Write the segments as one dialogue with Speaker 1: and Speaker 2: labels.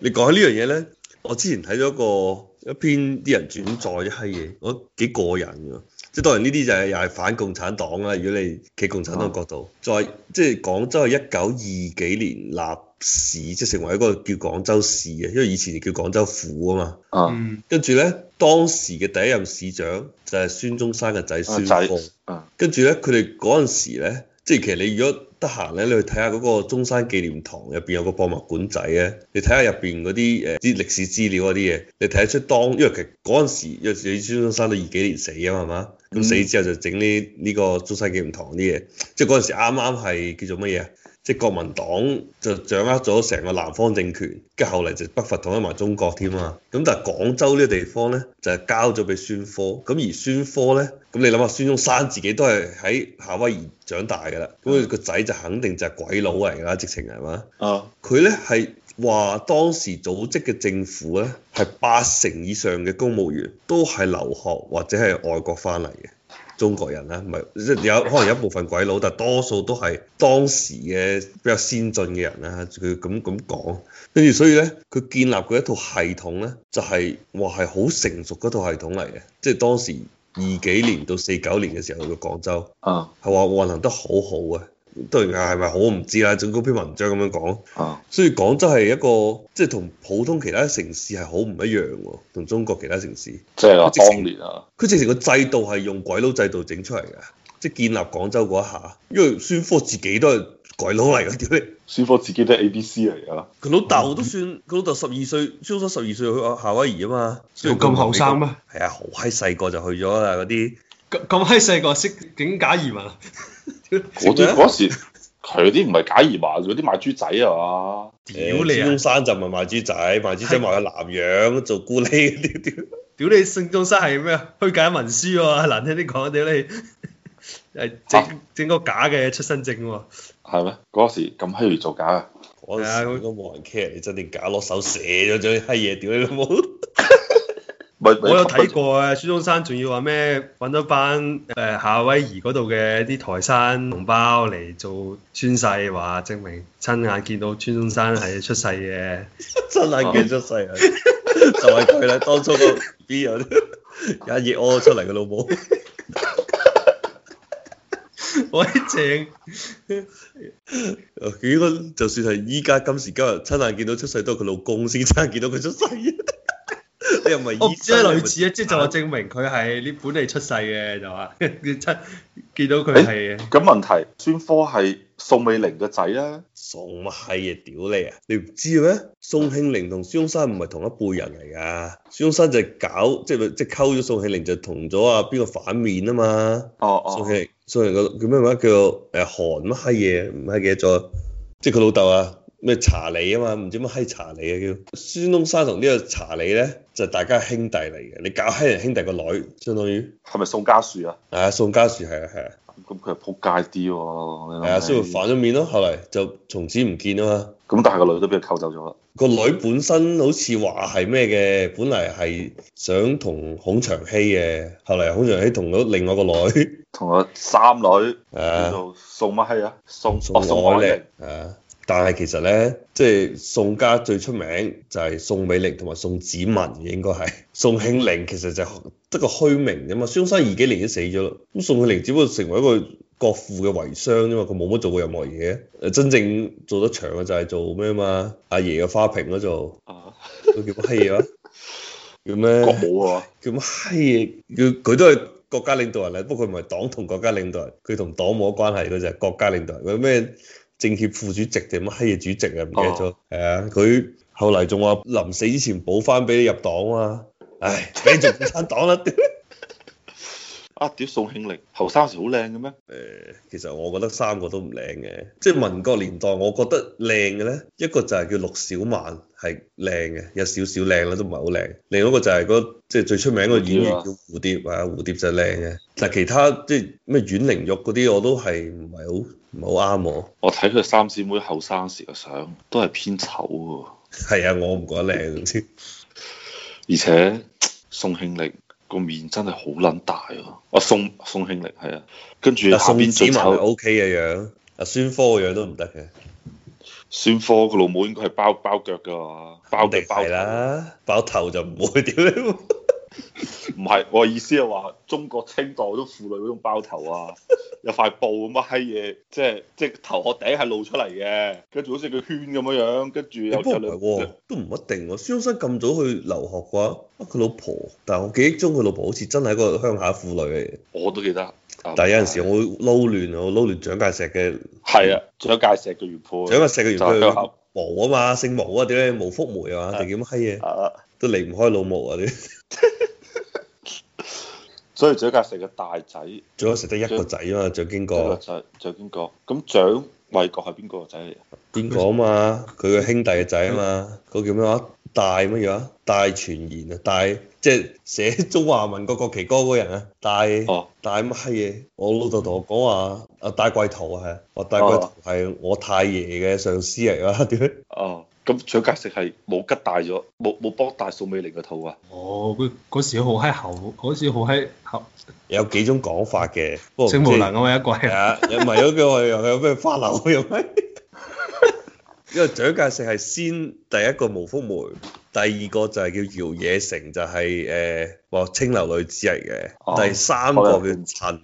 Speaker 1: 你講起呢樣嘢咧，我之前睇咗個一篇啲人轉載一閪嘢，我覺得幾過癮㗎。即係當然呢啲就係又係反共產黨啦。如果你企共產黨角度，再即係廣州係一九二幾年立市，即係成為一個叫廣州市嘅，因為以前叫廣州府啊嘛。
Speaker 2: 啊，
Speaker 3: 嗯，
Speaker 1: 跟住咧，當時嘅第一任市長就係孫中山嘅仔孫
Speaker 2: 仔
Speaker 1: 科。
Speaker 2: 啊，
Speaker 1: 跟住咧，佢哋嗰陣時咧，即係其實你如果得閒咧，你去睇下嗰個中山紀念堂入邊有個博物館仔咧，你睇下入邊嗰啲誒啲歷史資料嗰啲嘢，你睇得出當，因為其實嗰陣時，因為你孫中山都二幾年死啊嘛，係嘛？
Speaker 2: 嗯
Speaker 1: 咁死之後就整呢呢個中山紀念堂啲嘢，即係嗰陣時啱啱係叫做乜嘢啊？即係國民黨就掌握咗成個南方政權，跟住後嚟就北伐統一埋中國添啊！咁但係廣州呢個地方咧，就係交咗俾孫科，咁而孫科咧，咁你諗下孫中山自己都係喺夏威夷長大㗎啦，咁佢個仔就肯定就係鬼佬嚟㗎啦，直情係嘛？
Speaker 2: 啊，
Speaker 1: 佢咧係話當時組織嘅政府咧係八成以上嘅公務員都係留學或者係外國翻嚟嘅中國人啦，唔係即係有可能有一部分鬼佬，但係多數都係當時嘅比較先進嘅人啦。佢咁咁講，跟住所以咧，佢建立佢一套系統咧，就係話係好成熟嗰套系統嚟嘅，即係當時二幾年到四九年嘅時候嘅廣州。
Speaker 2: 啊，
Speaker 1: 係話運行得好好啊。當然係咪好我唔知啦，總嗰篇文章咁樣講，
Speaker 2: 啊，
Speaker 1: 所以廣州係一個即係同普通其他城市係好唔一樣喎，同中國其他城市，
Speaker 2: 即係話
Speaker 1: 直情
Speaker 2: 當年啊，
Speaker 1: 佢直情個制度係用鬼佬制度整出嚟嘅，即係建立廣州嗰一下，因為孫科自己都係鬼佬嚟嘅，屌你！
Speaker 2: 孫科自己都係 A B C 嚟㗎啦，
Speaker 1: 佢老豆都算，佢老豆十二歲，孫中山十二歲去夏威夷啊嘛，雖然佢
Speaker 3: 咁後生咩？
Speaker 1: 係啊，好閪細個就去咗啦嗰啲。
Speaker 3: 咁咁閪細個識境假移民啊，
Speaker 2: 嗰
Speaker 1: 咩
Speaker 2: 啲嗰時佢啲唔係假移民，嗰啲賣豬仔啊嘛，
Speaker 3: 屌你
Speaker 1: 孫
Speaker 3: 啊
Speaker 1: 中！山就唔係賣豬仔，賣豬仔賣去南洋做咕喱啲屌。
Speaker 3: 屌你聖中山係咩啊？虛假文書喎、 難聽啲講，屌你係整整個假嘅出生證喎、
Speaker 2: 係咩？嗰時咁閪易做假嘅，
Speaker 1: 嗰
Speaker 3: 係啊
Speaker 1: 陣時
Speaker 3: 佢
Speaker 1: 都冇人 care 你真定假，攞手寫咗張閪嘢，屌你老母！
Speaker 2: 咪咪
Speaker 3: 我有睇過啊，孫中山仲要話咩揾咗班誒、呃夏威夷嗰度嘅啲台山同胞嚟做宣誓，話證明親眼見到孫中山係出世 嘅。
Speaker 1: 真係記出世 啊！就係佢啦，當初個 B 有啲有一嘢屙出嚟嘅老母，
Speaker 3: 我啲正
Speaker 1: 佢應該就算係依家今時今日親眼見到出世，都係佢老公先親眼見到佢出世。 你又唔係
Speaker 3: 我唔
Speaker 1: 醫
Speaker 3: 知
Speaker 1: 生
Speaker 3: 啊，
Speaker 1: 你又唔
Speaker 3: 類
Speaker 1: 係
Speaker 3: 似啊，即係就話證明佢係呢本地出世嘅，就話 見親見到佢係
Speaker 2: 咁問題，孫科係宋美齡嘅仔啦，
Speaker 1: 宋乜閪嘢屌你啊！你唔知咩？宋慶齡同孫中山唔係同一輩人嚟噶，孫中山就係搞即係即係溝咗宋慶齡就同咗啊邊個反面啊嘛。
Speaker 2: 哦
Speaker 1: 宋
Speaker 2: 哦，
Speaker 1: 慶齡，宋慶齡個叫咩名？叫誒韓乜閪嘢，唔係記得咗。即係佢老豆啊，咩查理啊嘛，唔知乜閪查理啊叫。孫中山同呢個查理咧，就大家係兄弟嚟嘅。你搞閪人兄弟個女，相當於
Speaker 2: 係咪宋家樹啊？
Speaker 1: 啊宋家樹係啊係啊
Speaker 2: 咁佢係撲街啲喎，你諗
Speaker 1: 係啊，
Speaker 2: 起
Speaker 1: 所以反咗面咯。後嚟就從此唔見啊嘛。
Speaker 2: 咁但係個女都俾佢扣走咗啦。
Speaker 1: 個女本身好似話係咩嘅，本嚟係想同孔祥熙嘅，後嚟孔祥熙同咗另外個女，
Speaker 2: 同我三女叫
Speaker 1: 啊，
Speaker 2: 做宋乜閪啊？宋
Speaker 1: 宋
Speaker 2: 哦宋
Speaker 1: 凱
Speaker 2: 凱齡
Speaker 1: 齡，啊，但係其實咧，即係宋家最出名就係宋美齡同埋宋子文嘅，應該係 宋慶齡其實就得個虛名啫嘛，孫中山二幾年已經死咗啦，咁宋慶齡只不過成為一個國父嘅遺孀啫嘛，佢冇乜做過任何嘢，誒真正做得長嘅就係做咩嘛，阿爺嘅花瓶嗰度。
Speaker 2: 啊
Speaker 1: 佢叫乜閪嘢啊？叫
Speaker 2: 國
Speaker 1: 咩？
Speaker 2: 母啊，
Speaker 1: 叫乜閪嘢？佢佢都係國家領導人嚟，不過佢唔係黨同國家領導人，佢同黨冇乜關係，佢就係國家領導人。佢咩政協副主席定乜閪嘢主席啊？唔記得咗。係啊，佢後嚟仲話臨死之前補翻俾你入黨啊！唉，俾你做共產黨啦！屌
Speaker 2: 啊屌宋慶齡後生時好靚嘅咩？
Speaker 1: 其實我覺得三個都唔靚嘅，即係民國年代，我覺得靚嘅咧，一個就係叫陸小曼係靚嘅，有少少靚啦，都唔係好靚。另一個就係嗰即係最出名個演員
Speaker 2: 蝴蝶啊
Speaker 1: 叫蝴蝶啊，蝴蝶就靚嘅。但係其他即係咩阮玲玉嗰啲，我都係唔係好唔係好啱我。
Speaker 2: 我睇佢三姊妹後生時嘅相都係偏醜嘅
Speaker 1: 係啊，我唔覺得靚，總之
Speaker 2: 喎，而且宋慶齡個面真係好撚大喎。啊宋宋慶齡係啊，跟住
Speaker 1: 但
Speaker 2: 下
Speaker 1: 宋
Speaker 2: 邊
Speaker 1: 子
Speaker 2: 最
Speaker 1: 文係
Speaker 2: 醜
Speaker 1: O K 嘅樣，阿孫科嘅樣都唔得嘅。
Speaker 2: 孫科個老母應該係包包腳㗎嘛，包腳包
Speaker 1: 係啦，包頭就唔會屌你。
Speaker 2: 唔係，我意思係話中國清代嗰種婦女嗰種包頭啊， 有塊布咁嘅閪嘢，即係即係頭殼頂係露出嚟嘅，跟住好似個圈咁樣樣，跟住有
Speaker 1: 不過
Speaker 2: 有
Speaker 1: 唔係
Speaker 2: 兩
Speaker 1: 喎，都唔一定喎。孫中山咁早去留學嘅話，啊佢老婆，但係我記憶中佢老婆好似真係一個鄉下婦女嚟嘅。
Speaker 2: 我都記得。啊但
Speaker 1: 但係有陣時我會撈亂，我撈亂蔣介石嘅
Speaker 2: 係啊，蔣介石嘅原配，
Speaker 1: 蔣介石嘅原
Speaker 2: 就係鄉
Speaker 1: 配
Speaker 2: 下
Speaker 1: 毛啊嘛，姓毛啊，屌你毛福梅啊嘛，
Speaker 2: 係
Speaker 1: 定叫乜閪嘢，
Speaker 2: 啊，
Speaker 1: 都離唔開老毛啊！屌，
Speaker 2: 所以蔣介石嘅大仔
Speaker 1: 蔣介石得一個仔啊嘛，蔣經
Speaker 2: 呢個
Speaker 1: 國
Speaker 2: 就蔣經國，咁蔣衛國係邊個個仔嚟啊？
Speaker 1: 邊個啊嘛，佢嘅兄弟嘅仔啊嘛，嗰個叫咩話？戴乜嘢啊？戴傳言啊，戴即係寫中華民國國旗歌嗰個人啊，戴。
Speaker 2: 哦，
Speaker 1: 戴乜閪嘢？我老豆同我講話，啊戴季陶啊，係話戴季陶係我太爺嘅上司嚟啦，屌！
Speaker 2: 哦，咁蔣介石係冇吉大咗，冇冇幫大宋美齡個肚啊？
Speaker 3: 哦，嗰嗰時好閪厚，嗰時好閪厚，
Speaker 1: 有幾種講法嘅，不過唔知
Speaker 3: 性無能啊嘛，一個
Speaker 1: 哦係
Speaker 3: 係
Speaker 1: 啊，又唔係嗰句 話又有咩花柳又咩？ 因為蔣介石係先第一個毛福梅，第二個就係叫姚冶誠，就係誒話清流女子嚟嘅，
Speaker 2: 哦
Speaker 1: 第三個
Speaker 2: 可
Speaker 1: 叫
Speaker 2: 能
Speaker 1: 陳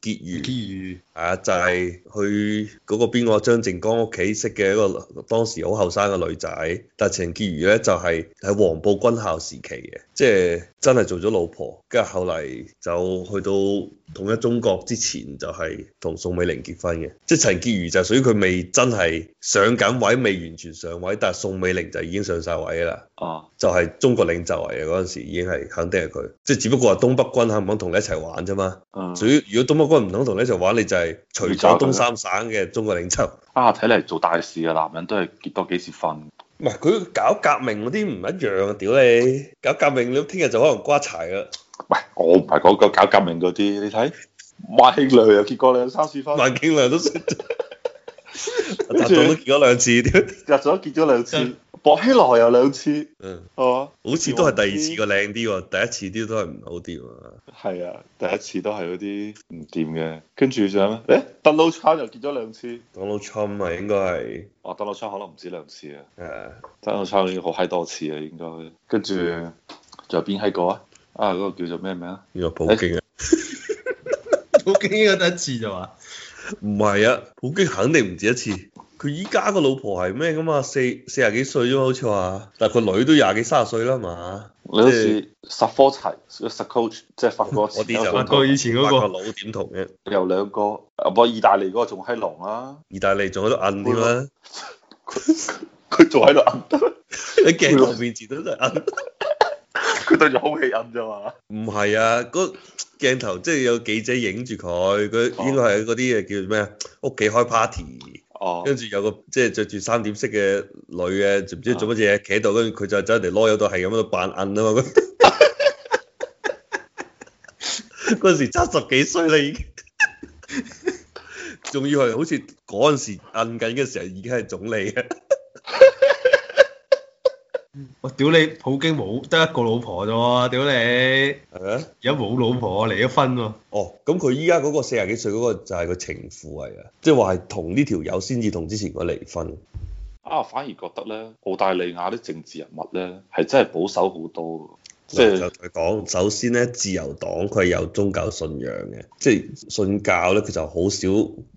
Speaker 1: 潔如。
Speaker 3: 機遇，
Speaker 1: 係啊，就係、去嗰個邊個張靜江屋企識嘅一個當時好後生嘅女仔，但係陳潔如咧就係喺黃埔軍校時期嘅，即係真係做咗老婆，跟住後嚟就去到統一中國之前就係同宋美齡結婚嘅，即係陳潔如就屬於佢未真係上緊位，未完全上位，但係宋美齡就已經上晒位啦。
Speaker 2: 啊，
Speaker 1: 就係中國領袖嚟嘅嗰陣時，已經係肯定係佢，即係只不過係東北軍肯唔肯同你一齊玩啫嘛。
Speaker 2: 嗯
Speaker 1: 所以如果東北軍唔肯同你一齊玩，你就係除咗東三省嘅中國領袖。
Speaker 2: 啊，睇嚟做大事嘅男人都係結多幾次婚。
Speaker 1: 唔係佢搞革命嗰啲唔一樣啊！屌你，搞革命你聽日就可能瓜柴 啦。
Speaker 2: 喂，我唔係講個搞革命嗰啲，你睇萬慶良又結過兩三次婚，
Speaker 1: 萬景亮 都阿達都結咗兩次，屌
Speaker 2: 日咗結咗兩次，薄熙來又兩次，哦
Speaker 1: 嗯，
Speaker 2: 係嘛？
Speaker 1: 好似都係第二次個靚啲喎，第一次啲都係唔好啲喎。
Speaker 2: 係啊，第一次都係嗰啲唔掂嘅，跟住仲有咩？誒，鄧老昌又結咗兩次，
Speaker 1: Donald Trump 啊，應該係
Speaker 2: 哦，鄧老昌可能唔止兩次啊，
Speaker 1: 誒
Speaker 2: 鄧老昌已經好閪多次啦，應該。跟住仲有邊閪個啊？啊，嗰、個叫做咩名啊？
Speaker 1: 呢個普京啊，
Speaker 3: 好經呢個第一次就話，
Speaker 1: 唔係啊，普京肯定唔止一次。佢依家個老婆係咩噶嘛？四四廿幾歲啫嘛，好似話，但係個女都廿幾卅歲啦嘛。
Speaker 2: 你好似十科齊、十 coach，即係法國
Speaker 1: 我啲就
Speaker 3: 發覺以前嗰
Speaker 1: 法國
Speaker 3: 個
Speaker 1: 佬點同嘅？
Speaker 2: 啊有兩個，啊不過意大利嗰個仲啊閪狼啦，
Speaker 1: 意大利仲喺度摁添啦，
Speaker 2: 佢仲喺度摁得，
Speaker 1: 喺 鏡頭面前都真係摁。
Speaker 2: 佢對住空氣摁啫嘛。
Speaker 1: 唔係啊，嗰鏡頭即係有記者影住佢，佢
Speaker 2: 哦
Speaker 1: 應該係嗰啲誒叫咩啊？屋企開 party，
Speaker 2: 哦，
Speaker 1: 跟住有個即係着住三點式嘅女嘅，唔
Speaker 3: 啊
Speaker 1: 知做乜嘢企喺度，跟住佢就走人哋攞友度係咁喺度扮摁啊嘛。佢 嗰陣時七十幾歲啦已經。仲要係好似嗰陣時摁緊嘅時候已經係總理啊嘅，
Speaker 3: 我屌你普京冇得一個老婆啫喎，屌你
Speaker 1: 係咪啊？
Speaker 3: 而家冇老婆，離咗婚喎，
Speaker 1: 哦，咁佢依家嗰個四廿幾歲嗰個就係個情婦嚟啊，即係話係同呢條友先至同之前個離婚。
Speaker 2: 啊，反而覺得咧，澳大利亞啲政治人物咧係真係保守好多嘅，即
Speaker 1: 嗱就
Speaker 2: 係
Speaker 1: 同佢講，首先咧，自由黨佢係有宗教信仰嘅，即係信教咧，佢就好少，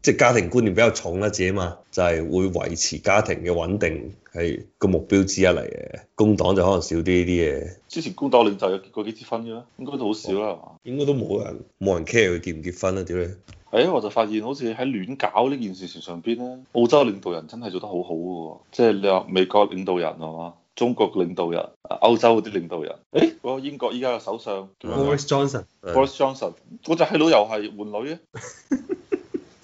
Speaker 1: 即係家庭觀念比較重啦，自己嘛，就係會維持家庭嘅穩定係個目標之一嚟嘅。工黨就可能少啲呢啲嘢，
Speaker 2: 之前工黨領袖有結過幾次婚嘅咩？應該都好少啦，係嘛？
Speaker 1: 應該都冇人冇人 care 佢結唔結婚啊？屌你！
Speaker 2: 係啊，我就發現好似喺亂搞呢件事情上邊咧，澳洲領導人真係做得好好嘅喎，即係你話美國領導人係嘛，中國領導人、啊歐洲嗰啲領導人，誒嗰個英國依家嘅首相叫咩名
Speaker 3: Boris Johnson
Speaker 1: 嗯
Speaker 2: Boris Johnson，嗰隻閪佬又係換女啊，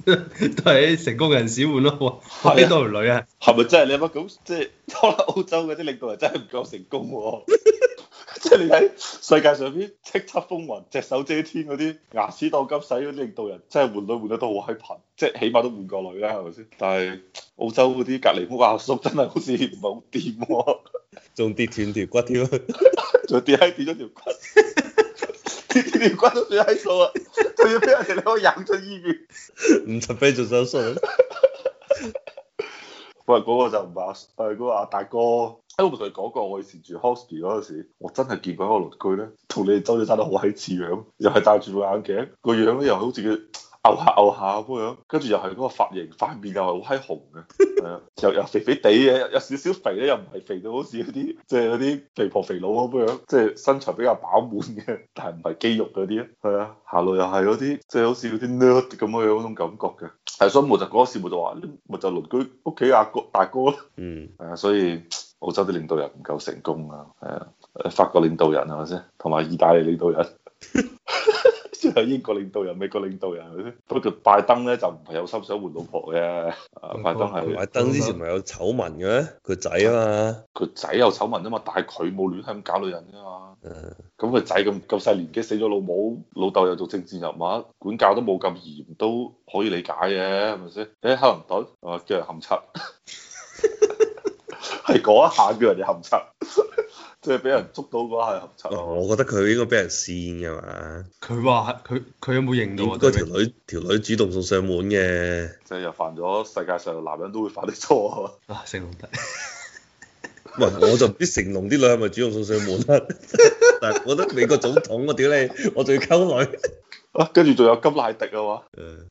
Speaker 3: 都係啲成功人士換咯，
Speaker 2: 係啊
Speaker 3: 我邊多條女啊？
Speaker 2: 係咪真係你乜咁？即係可能澳洲嗰啲領導人真係唔夠成功喎、 即係你睇世界上邊叱咤風雲、隻手遮天嗰啲牙齒當金使嗰啲領導人，真係換女換得都好閪頻，即係起碼都換過女啦，係咪先？但係澳洲嗰啲隔離屋阿叔真係好似唔係好掂喎，
Speaker 1: 仲跌斷條骨添。
Speaker 2: 仲跌喺跌咗條骨， 跌跌條骨都算閪數啊！仲要俾人哋攞去引出醫院。
Speaker 1: 唔十俾做手術，
Speaker 2: 喂，嗰、個就唔係阿誒嗰個阿大哥，哎我咪同你講過，我以前住 hostel 嗰陣時，我真係見過一個鄰居咧，同你哋周姐生得好閪似樣，又係戴住副眼鏡，個樣咧又好似佢 牛下牛下咁樣，跟住又係嗰個髮型，塊面又係好閪紅嘅，係啊，又又肥肥地嘅，有有少少肥咧，又唔係肥到好似嗰啲即係嗰啲肥婆肥佬咁樣，即係身材比較飽滿嘅，但係唔係肌肉嗰啲啊，係啊，行路又係嗰啲即係好似嗰啲 nerd 咁樣嗰種感覺嘅。係，所以我就嗰時我就話，咪就鄰居屋企阿哥大哥咯。
Speaker 1: 嗯，
Speaker 2: 係啊，所以澳洲啲領導人唔夠成功啊。係啊，誒法國領導人係咪先？同埋意大利領導人， 即係英國領導人、美國領導人係咪先？不過拜登咧就唔係有心想換老婆嘅，啊拜登 係
Speaker 1: 拜登之前咪有醜聞嘅咩？佢仔嗯啊嘛，
Speaker 2: 佢仔有醜聞啫啊嘛，但係佢冇亂係咁搞女人啫嘛。
Speaker 1: 誒
Speaker 2: 咁佢仔咁咁細年紀死咗老母，老豆又做政治人物，管教都冇咁嚴，都可以理解嘅，係咪先？誒克林頓啊，叫人冚柒， 係嗰一下叫人哋冚柒， 即係俾人捉到嗰下係冚
Speaker 1: 哦
Speaker 2: 柒。
Speaker 1: 我覺得佢應該俾人跣㗎嘛，
Speaker 3: 佢話佢佢有冇認到
Speaker 1: 應
Speaker 3: 啊？
Speaker 1: 該
Speaker 3: 對
Speaker 1: 條
Speaker 3: 面
Speaker 1: 女條女主動送上門嘅。
Speaker 2: 即係又犯咗世界上男人都會犯的錯啊！
Speaker 3: 啊，成龍得
Speaker 1: 喂，我就唔知成龍啲女係咪主動送上門啦， 但係我覺得美國總統我屌你，我仲要溝 女，
Speaker 2: 啊，跟住仲有金乃迪啊嘛，
Speaker 1: 誒
Speaker 2: 啊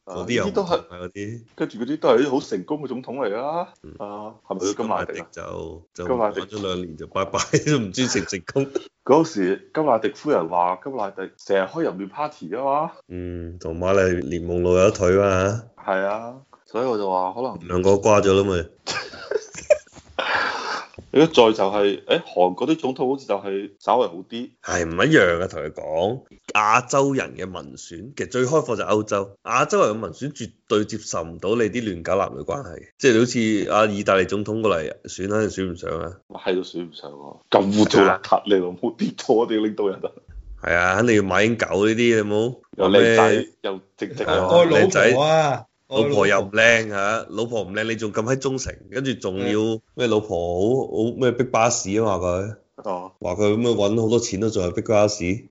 Speaker 1: 嗰啲又
Speaker 2: 呢啲都係
Speaker 1: 係嗰啲，
Speaker 2: 跟住嗰啲都係啲好成功嘅總統嚟啦。啊，係咪叫金乃迪啊？
Speaker 1: 就就
Speaker 2: 金
Speaker 1: 玩
Speaker 2: 乃迪
Speaker 1: 咗兩年就拜 拜，都唔知成唔成功。
Speaker 2: 嗰時金乃迪夫人話金乃迪成日開淫亂 party 啊嘛。
Speaker 1: 嗯，同埋你連夢露有一腿嘛，
Speaker 2: 係啊，所以我就話可能
Speaker 1: 兩個瓜咗啦嘛。
Speaker 2: 一再就係、誒、韓國啲總統好似就係稍微好啲，
Speaker 1: 係唔一樣嘅，同佢講亞洲人嘅民選，其實最開放就係歐洲。亞洲人嘅民選絕對接受唔到你啲亂搞男女關係，即係你好似阿意大利總統過嚟選，肯定選唔上啊。
Speaker 2: 係都選唔上喎。咁污糟邋遢，你老母跌咗我哋領導人啊！
Speaker 1: 係啊，肯定要馬英九呢啲有冇？
Speaker 2: 又靚仔又正直
Speaker 1: 啊
Speaker 2: 啊！
Speaker 1: 我老婆
Speaker 3: 啊，
Speaker 1: 老婆又唔靚嚇，老婆唔靚你仲咁閪忠誠，跟住仲要咩老婆好好咩逼巴士啊嘛佢，
Speaker 2: 哦，
Speaker 1: 話佢咁樣揾好多錢都仲係逼巴士，